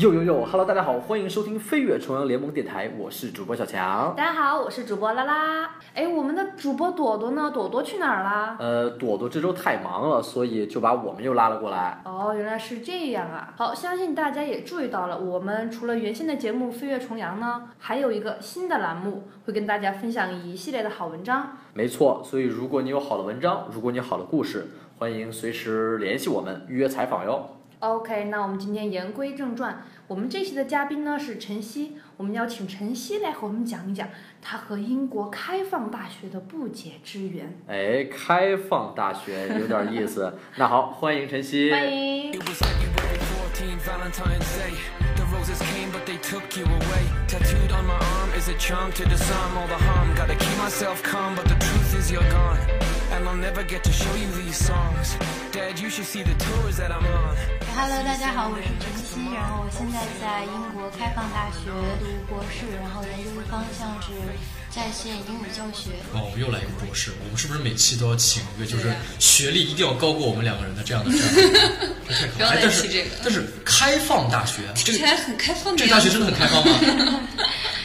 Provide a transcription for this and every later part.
哟哟哟，Hello，大家好，欢迎收听《飞跃重阳联盟》电台，我是主播小强。大家好，我是主播拉拉。哎，我们的主播朵朵呢？朵朵去哪儿啦？呃，朵朵这周太忙了，所以就把我们又拉了过来。哦，原来是这样啊！好，相信大家也注意到了，我们除了原先的节目《飞跃重阳》呢，还有一个新的栏目会跟大家分享一系列的好文章。没错，所以如果你有好的文章，如果你有好的故事，欢迎随时联系我们预约采访哟。 OK，那我们今天言归正传，我们这期的嘉宾呢是晨曦，我们邀请晨曦来和我们讲一讲他和英国开放大学的不解之缘。哎，开放大学有点意 思。那好，欢迎晨曦。欢迎。 It was February 14, Valentine's Day. The roses came, but they took you away. Tattooed on my arm is a charm to disarm all the harm. Gotta keep myself calm, but the truth is you're gone. And I'll never get to show you these songs. Dad, you should see the tours that I'm on. Hello，大家好，我是晨曦，然后我现在在英国开放大学读博士，然后研究方向是在线英语教学。哦，又来一个博士，我们是不是每期都要请一个就是学历一定要高过我们两个人的这样的这样的？这太可不要怕了但再提是这个但是开放大学，这听起个来很开放的这个样大子学真的很开放吗？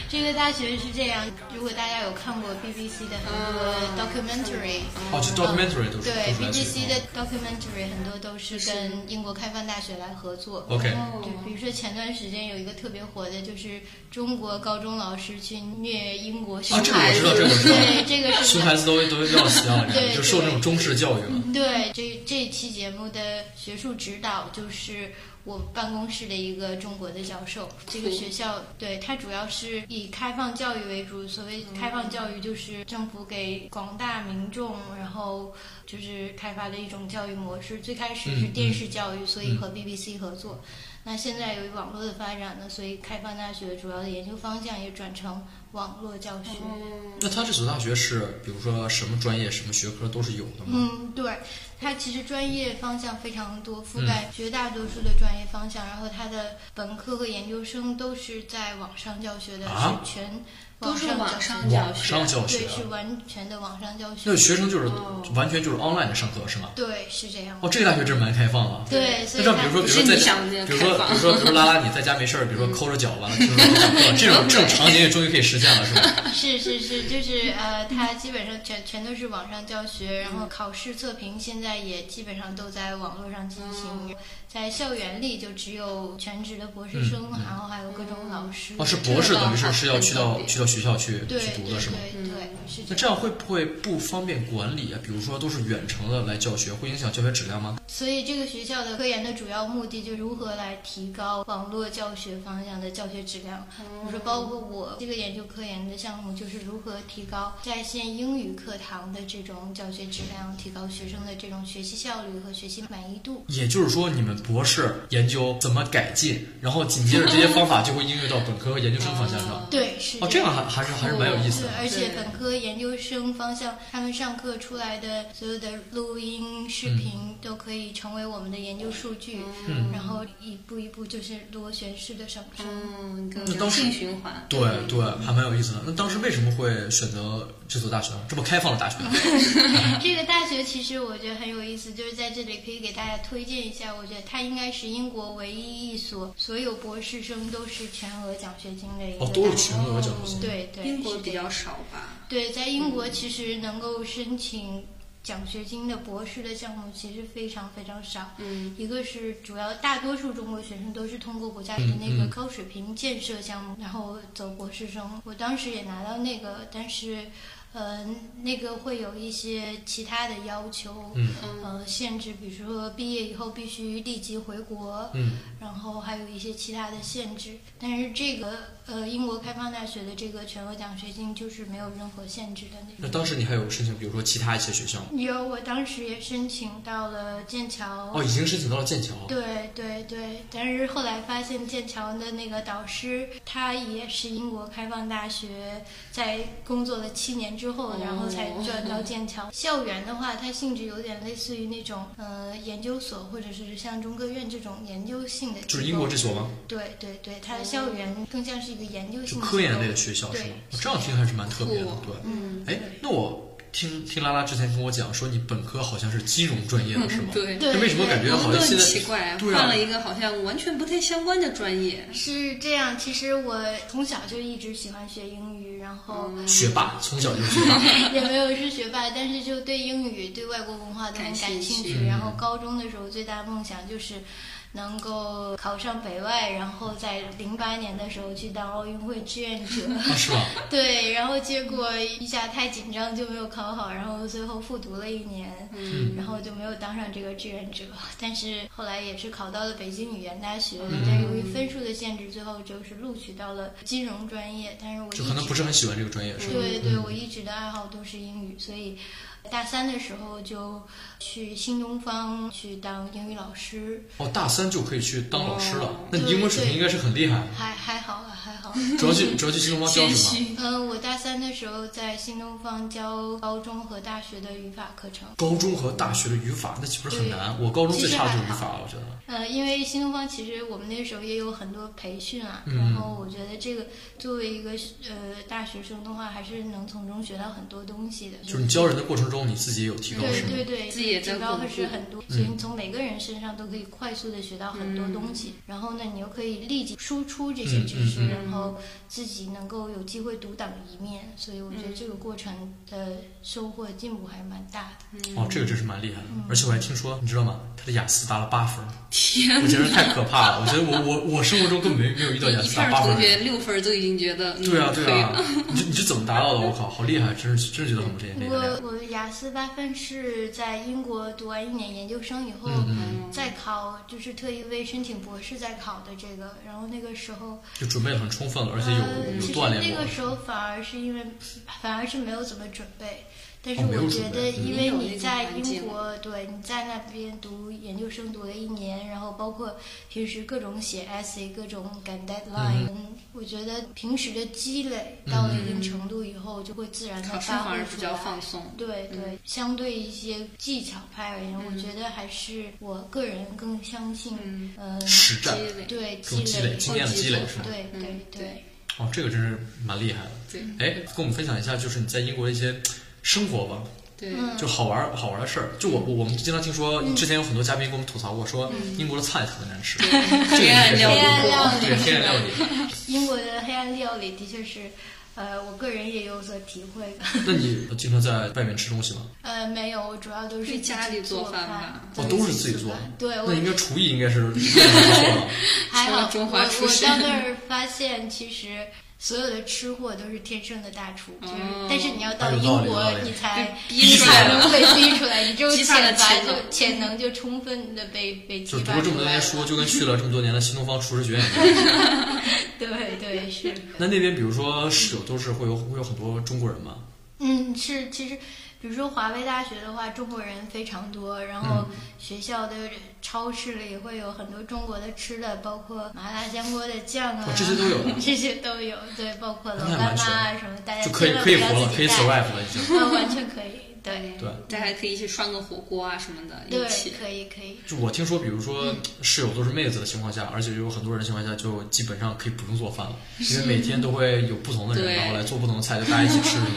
这个大学是这样，如果大家有看过 BBC 的很多 documentary，嗯嗯哦，就 documentary 都是对都是来自于 BBC 的 documentary 很多都是跟英国开放大学来合作。 OK，对，比如说前段时间有一个特别火的，就是中国高中老师去虐英国熊啊这个我孩子，知道这个我知道对，这个是熊孩子都都都要死掉了，你知道吗对嗯就受那种中式的教育了。对，这这期节目的学术指导就是我办公室的一个中国的教授。这个学校对它主要是以开放教育为主。所嗯谓开放教育，就是政府给广大民众，然后就是开发的一种教育模式。最开始是嗯电嗯视教育，所以和 BBC 合作。那现在由于网络的发展呢，所以开放大学主要的研究方向也转成网络教学。那他这所大学是，比如说什么专业、什么学科都是有的吗？嗯，对，它其实专业方向非常多，覆嗯盖绝大多数的专业方向。然后它的本科和研究生都是在网上教学的，啊是全都是网网上上教教网上教学，学对，，是完全的网上教学。那学生就是完全就是 online 的上课是吗？对，是这样哦，。这个大学真是蛮开放了。对，所那以这它样，比如说，比如说不是在你想的那比样如说，开放比如说，比如拉拉，你在家没事儿，比如说抠着脚， 完了听着老师讲课，这种这种场景也终于可以实现了，是吧？是是是， 就是呃，它基本上全全都是网上教学，然嗯后考试测评现在也基本上都在网络上进嗯行。在校园里就只有全职的博士生，然后还有各种老师。嗯哦，是博士，等于是是要去到很特别去到学校去对去读对的，是吗？对对，是那这样。这样会不会不方便管理啊？比如说都是远程的来教学，会影响教学质量吗？所以这个学校的科研的主要目的就是如何来提高网络教学方向的教学质量。比如说，包括我这个研究科研的项目，就是如何提高在线英语课堂的这种教学质量，提高学生的这种学习效率和学习满意度。也就是说，你们博士研究怎么改进，然后紧接着这些方法就会应用到本科和研究生方向上。 对，是哦，这样还还是还是蛮有意思对的，。而且本科研究生方向，他们上课出来的所有的录音、视频都可以成为我们的研究数据，嗯然后一步一步就是螺旋式的上升。嗯，一个那当良时性循环。对对，还蛮有意思的。那当时为什么会选择这所大学呢？这么开放的大学 呢？ 这个大学其实我觉得很有意思，就是在这里可以给大家推荐一下，我觉得它应该是英国唯一一所所有博士生都是全额奖学金的一个哦大学。，都是全额奖学金。对对，英国是这比样较少吧？对，在英国其实能够申请奖学金的博士的项目其实非常非常少。嗯，一个是主要大多数中国学生都是通过国家的那嗯个嗯高水平建设项目，然后走博士生。我当时也拿到那个，但是。呃，那个会有一些其他的要求，嗯呃，限制，比如说毕业以后必须立即回国，嗯，然后还有一些其他的限制。但是这个呃，英国开放大学的这个全额奖学金就是没有任何限制的那那种。当时你还有申请，比如说其他一些学校吗？有，我当时也申请到了剑桥。哦，已经申请到了剑桥。对对对，但是后来发现剑桥的那个导师，他也是英国开放大学，在工作了七年之后，然后才转到剑桥。校园的话，它性质有点类似于那种呃研究所，或者是像中科院这种研究性的机构。就是英国这所吗？对对对，它的校园更像是一个研究就性科研类的机学校对是吗？哦这样听还是蛮特别的酷，嗯对。哎，那我听听拉拉之前跟我讲说，你本科好像是金融专 业的是吗？对，对那为什么感觉好像现在奇怪，对啊换了一个好像完全不太相关的专业。是这样，其实我从小就一直喜欢学英语，然后学霸，从小就学霸。 啊也没有是学霸，但是就对英语、对外国文化都很感感兴兴趣趣。然后高中的时候，最大的梦想就是能够考上北外，然后在零八年的时候去当奥运会志愿者。啊是吧？对，然后结果一下太紧张就没有考好，然后最后复读了一年，嗯然后就没有当上这个志愿者。但是后来也是考到了北京语言大学，嗯但由于分数的限制，最后就是录取到了金融专业。但是我一就可能直不是很喜欢这个专业是吧？对对，我一直的爱好都是英语，所以大三的时候就去新东方去当英语老师，哦，大三就可以去当老师了哦，那你英文水平应该是很厉害。还还好啊，还好。 主要去主要去新东方教谦什么？虚，嗯，我大三的时候在新东方教高中和大学的语法课程。高中和大学的语法那岂不是很难？我高中最差的就是语法，我觉得。呃，因为新东方其实我们那时候也有很多培训啊，嗯然后我觉得这个作为一个呃大学生的话，还是能从中学到很多东西的。就是你教人的过程中，你自己也有提高，对是吗？对对，自己也在提高巩是固很嗯多，所以你从每个人身上都可以快速的学到很多东嗯西。然后呢，你又可以立即输出这些知识，嗯嗯嗯然后自己能够有机会独当一面。所以我觉得嗯这个过程的收获进步还蛮大的。哦，这个真是蛮厉害的。而且我还听说，你知道吗？他的雅思达了八分，天我觉得太可怕了。我觉得我我我生活中根本没没有遇到雅一思片达八分的同学人。六分儿都已经觉得，嗯对啊对可以啊了，你这你这怎么达到的？我靠，好厉害！真是真是觉得很厉害厉害。厉害我我雅思八分是在英国读完一年研究生以后，嗯再考就是特意为申请博士再考的这个。然后那个时候，就准备得很充分了，而且呃，有有其实锻炼那过个。时候反而是因为，反而是没有怎么准备。但是哦没有我准觉得，备嗯因为你在没有那种环境英国，对你在那边读研究生读了一年，然后包括平时各种写 essay、各种赶嗯 deadline，、我嗯觉得平时的积累到了一定程度以后，就会自然的考试发嗯反挥而比出较来。放松。对嗯对，相对一些技巧派而言，我觉得还是我个人更相信，嗯呃，实战，积累对这种积累、经验的积累是吗？对对嗯对对，哦，这个真是蛮厉害的。对哎，跟我们分享一下，就是你在英国的一些生活吧，对，嗯就好玩儿好玩儿的事儿。就我我我们经常听说，之前有很多嘉宾跟我们吐槽过，说嗯英国的菜特别难吃，这黑个暗是料黑暗料理理对黑暗料理。英国的黑暗料理的确是，呃，我个人也有所体会的。 那你经常在外面吃东西吗？呃，没有，我主要都是在家自己里做做饭饭吧，哦，对都是自己做饭。对，我那应该厨艺 应该是不错了。还成了好，中华我厨我师到那儿发现，其实所有的吃货都是天生的大厨，就是哦但是你要到有英道理有道国理，你才被逼出来了才被逼出来，你 这种激发了潜才潜能就潜能就充分的被被就激读发了这出么多来年了。书，就跟去了这么多年的新东方厨师学院一 样。对对是，那那边比如说室友都是会有会有很多中国人吗？嗯是，其实比如说华威大学的话，中国人非常多，然后嗯学校的超市里会有很多中国的吃的，包括麻辣香锅的酱啊哦，，这些都有的， 这些都有，对，包括那老还干蛮妈全啊什么，大家就可以千万可以不要活了，自己可以带 survive 了已经。呃，完全可以， 对对，大家还可以一起涮个火锅啊什么的，一对，起。可以可以，就我听说，比如说室友都是妹子的情况下，而且有很多人的情况下，就基本上可以不用做饭了，因为每天都会有不同的人，对然后来做不同的菜，就大家一起吃，是吗？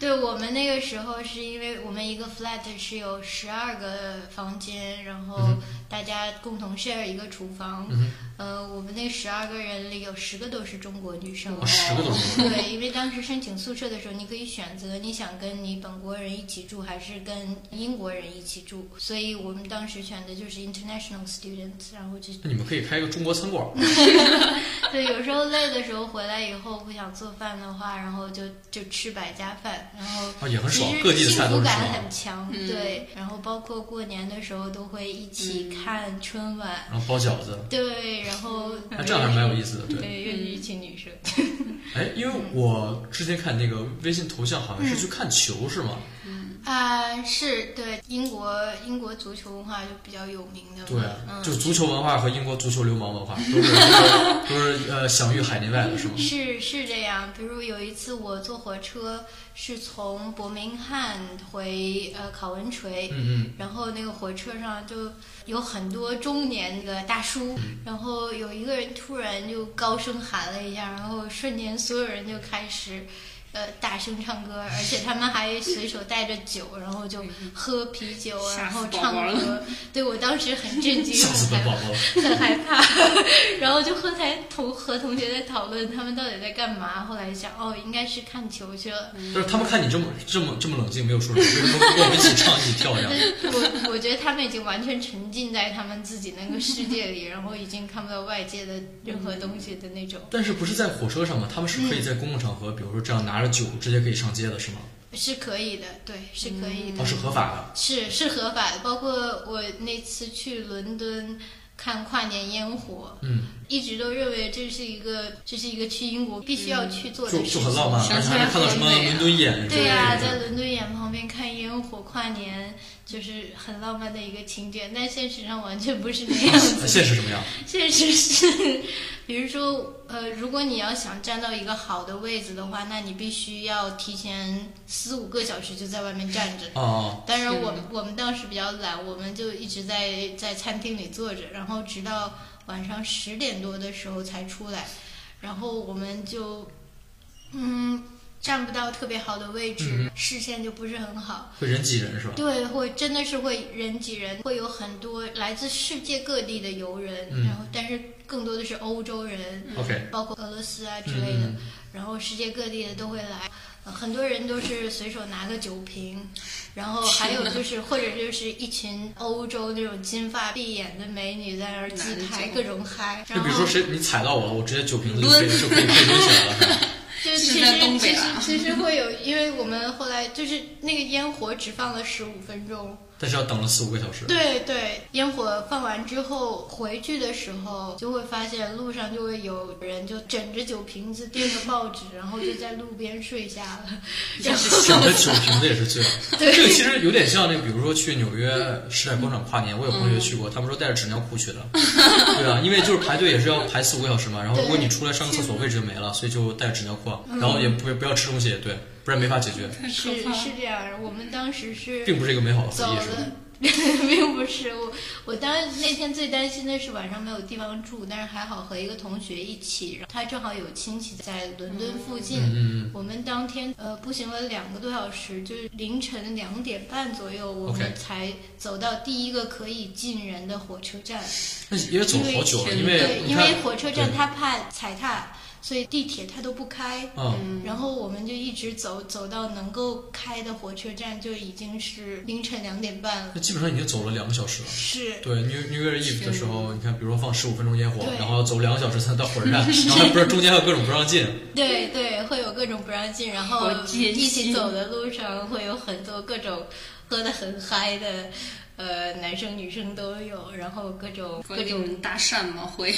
对我们那个时候是因为我们一个 flat 是有十二个房间，然后嗯大家共同 share 一个厨房，嗯呃，我们那十二个人里有十个都是中国女生哼，。哦，十个都 是。对，因为当时申请宿舍的时候，你可以选择你想跟你本国人一起住，还是跟英国人一起住。所以我们当时选的就是 international students，然后就那你们可以开一个中国餐馆， 对，有时候累的时候回来以后不想做饭的话，然后就就吃百家饭，然后哦，也很其爽，实各地的菜幸都福是感吧？很强，嗯对。然后包括过年的时候都会一起看春晚，然后包饺子，对，然后嗯那啊这样还蛮有意思的，嗯对。对，又一群女生，哎，因为我之前看那个微信头像，好像是去看球，是吗？啊，是对英国英国足球文化就比较有名的嘛，对，啊就嗯。足球文化和英国足球流氓文化都是都是都是呃享誉海内外的，是吗？是是这样，比如有一次我坐火车是从伯明翰回呃考文垂，嗯然后那个火车上就有很多中年的大叔，然后有一个人突然就高声喊了一下，然后瞬间所有人就开始呃大声唱歌，而且他们还随手带着酒，然后就喝啤酒啊，吓然死后宝唱宝了歌。对我当时很震惊，吓死很嗯本害宝怕宝了。 很害怕，然后就后台同和同学在讨论他们到底在干嘛。后来想，哦，应该是看球去了。就是他们看你这么这么这么冷静，没有说什么，为什么不跟我们一起唱一起跳呀？ 我我觉得他们已经完全沉浸在他们自己那个世界里，然后已经看不到外界的任何东西的那种。但是不是在火车上吗？他们是可以在公共场合，比如说这样拿着酒直接可以上街的，是吗？是可以的，对，是可以的，哦，是合法的。是是合法的。包括我那次去伦敦看跨年烟火，嗯，一直都认为这是一个这是一个去英国必须要去做的事就就情。很浪漫，想而且起还来能看到什么很美啊伦敦眼什么的。对呀、在对伦敦眼旁边看烟火跨年，就是很浪漫的一个情景，但现实上完全不是那样呃子。现实什么样？ 现实是，比如说，呃，如果你要想站到一个好的位置的话，那你必须要提前四五个小时就在外面站着。哦，当然，是我们我们当时比较懒，我们就一直在在餐厅里坐着，然后直到晚上十点多的时候才出来，然后我们就嗯站不到特别好的位置，嗯视线就不是很好。会人挤人是吧？对，会真的是会人挤人，会有很多来自世界各地的游人，嗯然后但是更多的是欧洲人， OK 包括俄罗斯啊之嗯类的，嗯然后世界各地的都会来。呃很多人都是随手拿个酒瓶，然后还有就是，或者就是一群欧洲那种金发碧眼的美女在那儿自拿着拍，酒各种嗨。然后就比如说谁你踩到我了，我直接酒瓶子就可以就可以可以抡起来了，是吧？就是其实在东北啊其实其实会有，因为我们后来就是那个烟火只放了十五分钟，但是要等了四五个小时。对对，烟火放完之后，回去的时候就会发现路上就会有人就枕着酒瓶子垫着报纸，然后就在路边睡下了。然 后整个酒瓶子也是醉了。这个其实有点像那个，比如说去纽约时代广场跨年，我有同嗯学去过，他们说带着纸尿裤去 的。对啊，因为就是排队也是要排四五个小时嘛，然后如果你出来上个厕所位置就没了，所以就带着纸尿裤，啊嗯然后也不不要吃东西，对，不然没法解决，是是这样，我们当时是 并不是一个美好的回走忆，是吧了。 并不是我，我当时那天最担心的是晚上没有地方住，但是还好和一个同学一起，他正好有亲戚在伦敦附近，嗯嗯嗯我们当天呃步行了两个多小时，就是凌晨两点半左右，我 OK 们才走到第一个可以进人的火车站，那也走了好久了，因为对，你因看为火车站对它怕踩踏，所以地铁它都不开。嗯，然后我们就一直走，走到能够开的火车站，就已经是凌晨两点半了那。基本上已经走了两个小时了。是，对，New New Year Eve 的时候，你看，比如说放十五分钟烟火，对然后要走两个小时才到 火车站，然后还不是中间还有各种不让进，对对，会有各种不让进，然后好接近一起走的路上会有很多各种喝的很嗨的，呃，男生女生都有，然后各种会各有种人搭讪吗？会，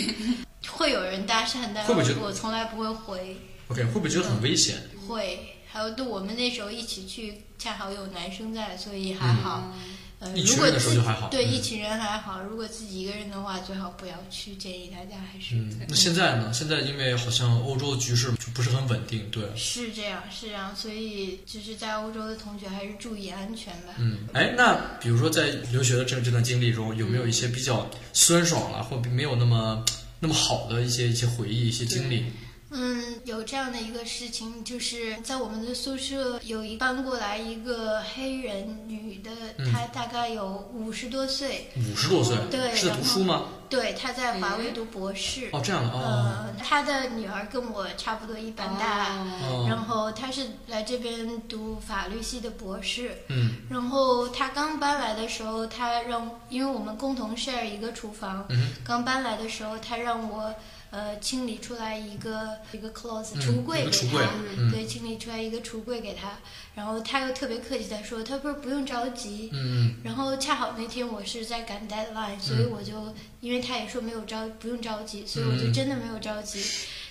会有人搭讪，但会不会觉是得我从来不会回。 OK，会不会觉得很危险？会，还有对我们那时候一起去，恰好有男生在，所以还好。哦呃，嗯一如群果人的时候自就还好对，嗯一群人还好。如果自己一个人的话，最好不要去，建议大家还是、嗯，那现在呢？现在因为好像欧洲局势就不是很稳定，对，是这样，是这样。所以就是在欧洲的同学还是注意安全吧。嗯，哎，那比如说在留学的这这段经历中，有没有一些比较酸爽了，或没有那么那么好的一些一些回忆、一些经历？嗯，有这样的一个事情，就是在我们的宿舍有一搬过来一个黑人女的，嗯她大概有五十多岁，五十多岁，对是在读书吗？对，她在华威读博士。哦，这样的哦，呃，他的女儿跟我差不多一般大，哦呃然后他是来这边读法律系的博士。嗯然后他刚搬来的时候，他让因为我们共同 share 一个厨房，嗯刚搬来的时候，他让我呃清理出来一个一个 closet 嗯橱柜一给个他，橱柜嗯对，清理出来一个橱柜给他。然后他又特别客气的说，他说不用着急，嗯然后恰好那天我是在赶 deadline，所以我就、因为他也说没有着不用着急，所以我就嗯真的没有着急。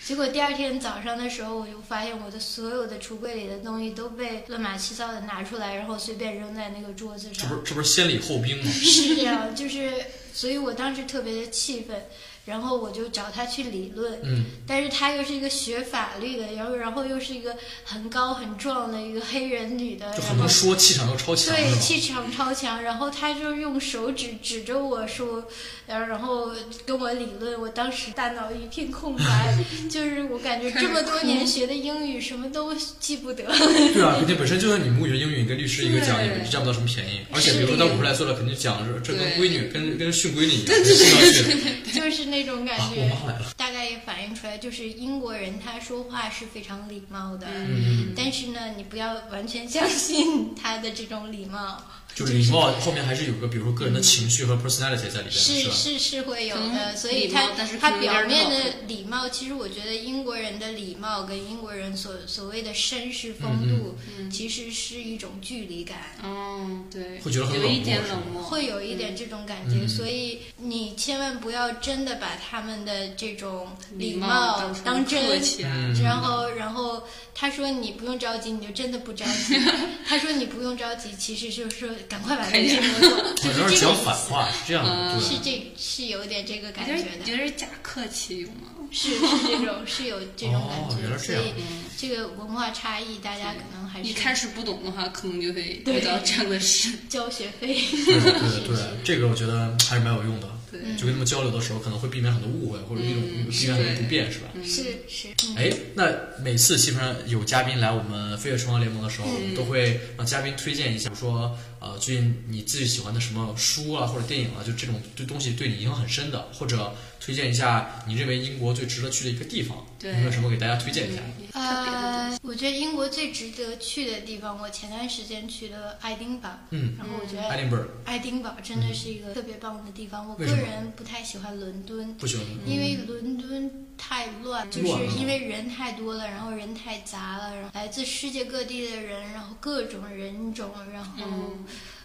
结果第二天早上的时候，我就发现我的所有的橱柜里的东西都被乱码七糟的拿出来，然后随便扔在那个桌子这上不。是这不是先礼后兵吗？是这样，就是，所以我当时特别的气愤。然后我就找他去理论，嗯，但是她又是一个学法律的，然后然后又是一个很高很壮的一个黑人女的，就然很后多说气场又超强，对是吧？气场超强，然后她就用手指指着我说，呃然然后跟我理论，我当时大脑一片空 白，就是我感觉这么多年学的英语什么都记不 得，对啊，肯定本身就算你母语英语，你跟律师一个讲，对也占不到什么便宜。而且比如说到五十来岁了，肯定讲这这跟对闺女跟跟训闺女一样，训上去就是那种感啊，觉。我妈来了，大概也反映出来，就是英国人他说话是非常礼貌的，但是呢，你不要完全相信他的这种礼貌，就是礼貌后面还是有个比如说个人的情绪和 personality 在里边的，是吧？啊是是会有可的，能所以礼他貌但是他可能有表点面保护的礼貌，其实我觉得英国人的礼貌跟英国人所所谓的绅士风度，嗯其实是一种距离感。哦，对，会觉得很有冷一漠点是冷吧漠，会有一点这种感嗯觉，所以你千万不要真的把他们的这种礼貌当成当客真，气啊嗯然后，然后他说你不用着急，你就真的不着 急。他说你不用着急，其实就是说赶快把这个事情做了，就是好这像是个讲意反思。话，是这样的，是对。这是有点这个感觉觉得的，觉得假客气有吗？是是这种是有这种感哦原觉，来是这所样以 这个文化差异大家可能还是一开始不懂的话，可能就会对遇到这样的事。交学 费。对对对，这个我觉得还是蛮有用的。对就跟他们交流的时候，可能会避免很多误会，或者一种避免很多不便，是吧？嗯是是，嗯哎，那每次基本上有嘉宾来我们飞跃冲浪联盟的时候，我们都会让嘉宾推荐一下，比如说呃，最近你自己喜欢的什么书啊，或者电影啊，就这种对东西对你影响很深的，或者推荐一下你认为英国最值得去的一个地方，有对没有什么给大家推荐一下？呃，我觉得英国最值得去的地方，我前段时间去了爱丁堡，嗯，然后我觉爱得丁堡爱丁堡真的是一个特别棒的地方。我个为什么人不太喜欢伦敦，不喜欢，因为伦敦太乱，就是乱因为人太多了，然后人太杂了，然后来自世界各地的人，然后各种人种，然后、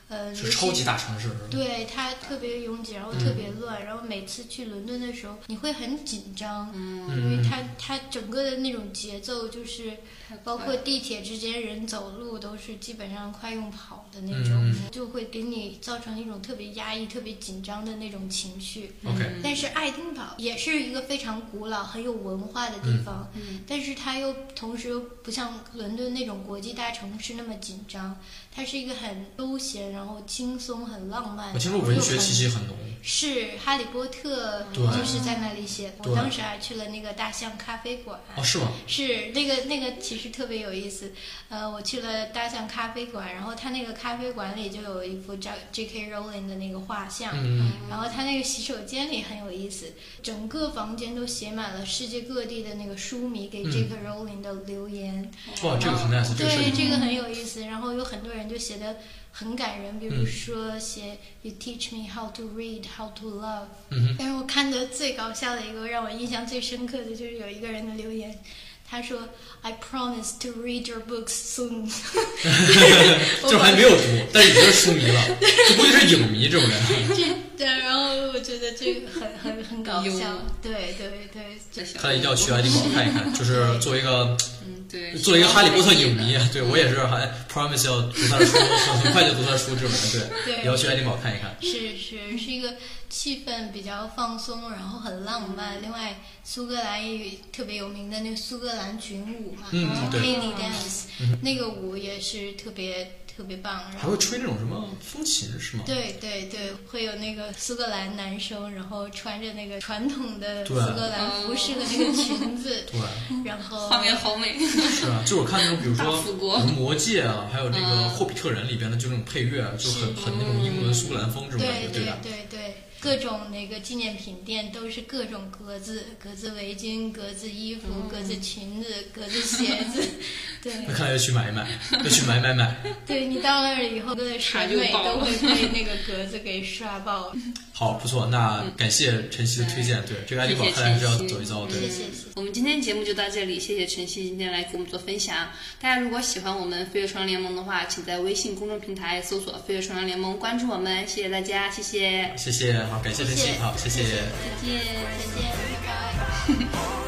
呃，是超尤级其大城市，是吧嗯对它特别拥挤，然后特别乱，然后每次去伦敦的时候，你会很紧张，嗯因为它它整个的那种节奏就是，包括地铁之间人走路都是基本上快用跑的那种，嗯就会给你造成一种特别压抑、特别紧张的那种情绪。 OK，但是爱丁堡也是一个非常古老、很有文化的嗯地方，但是它又同时又不像伦敦那种国际大城市那么紧张，它是一个很休闲，然后轻松、很浪漫。我听说文学又很气息很浓，是《哈利波特》，对就是在那里写。对我当时还去了那个大象咖啡馆。哦，是吗？是那个那个其实特别有意思，呃，我去了大象咖啡馆，然后它那个咖啡馆里就有一幅 J J K Rowling 的那个画像，嗯，然后它那个洗手间里很有意思，整个房间都写满了世界各地的那个书迷给 J.K. Rowling 的留言，哇，这个很 nice，这个设对，计这个很有意思。然后有很多人就写的很感人，比如说写、You teach me how to read, how to love、嗯哼。”但是我看的最搞笑的一个，让我印象最深刻的就是有一个人的留言。他说：“I promise to read your books soon 就是还没有读，但是已经是书迷了，就估计是影迷这种人。这对，然后我觉得这个很很很搞幽默笑，对对对，这小大家一定要去爱丁堡看一看，就是作为一个嗯，对，作为一个哈利波特影的迷，啊对我也是还 promise 要读他的书，很快就读他的书这种人，对，对也要去爱丁堡看一看。是是是一个气氛比较放松，然后很浪漫。另外，苏格兰也有特别有名的那个苏格兰群舞嘛，嗯叫对嗯 Haley Dance，、那个舞也是特别特别棒。然还后会吹那种什么风琴是吗？对对对，会有那个苏格兰男生，然后穿着那个传统的苏对格兰服饰的那个裙子，对，然后画面好 美， 是啊，就是我看那种，比如大富说国《魔戒》啊，还有那个《嗯霍比特人》里边的，就那种配乐，啊就很很那种英伦苏格兰风这种感对觉，对吧？对对，各种那个纪念品店都是各种格子，格子围巾、格子衣服、格子裙子、格子鞋子。对那看来要去 买一买，要去买买买。对，你到那儿以后，的审美都会被那个格子给刷爆。好，不错，那嗯感谢晨曦的推荐。对，这个爱丁堡看来还是要走一遭。谢对，谢谢谢。我们今天节目就到这里，谢谢晨曦今天来给我们做分享。大家如果喜欢我们飞跃双联盟的话，请在微信公众平台搜索“飞跃双联盟”，关注我们。谢谢大家，谢谢，谢谢，好，感谢晨曦，好，谢谢再见。再见，拜拜。 All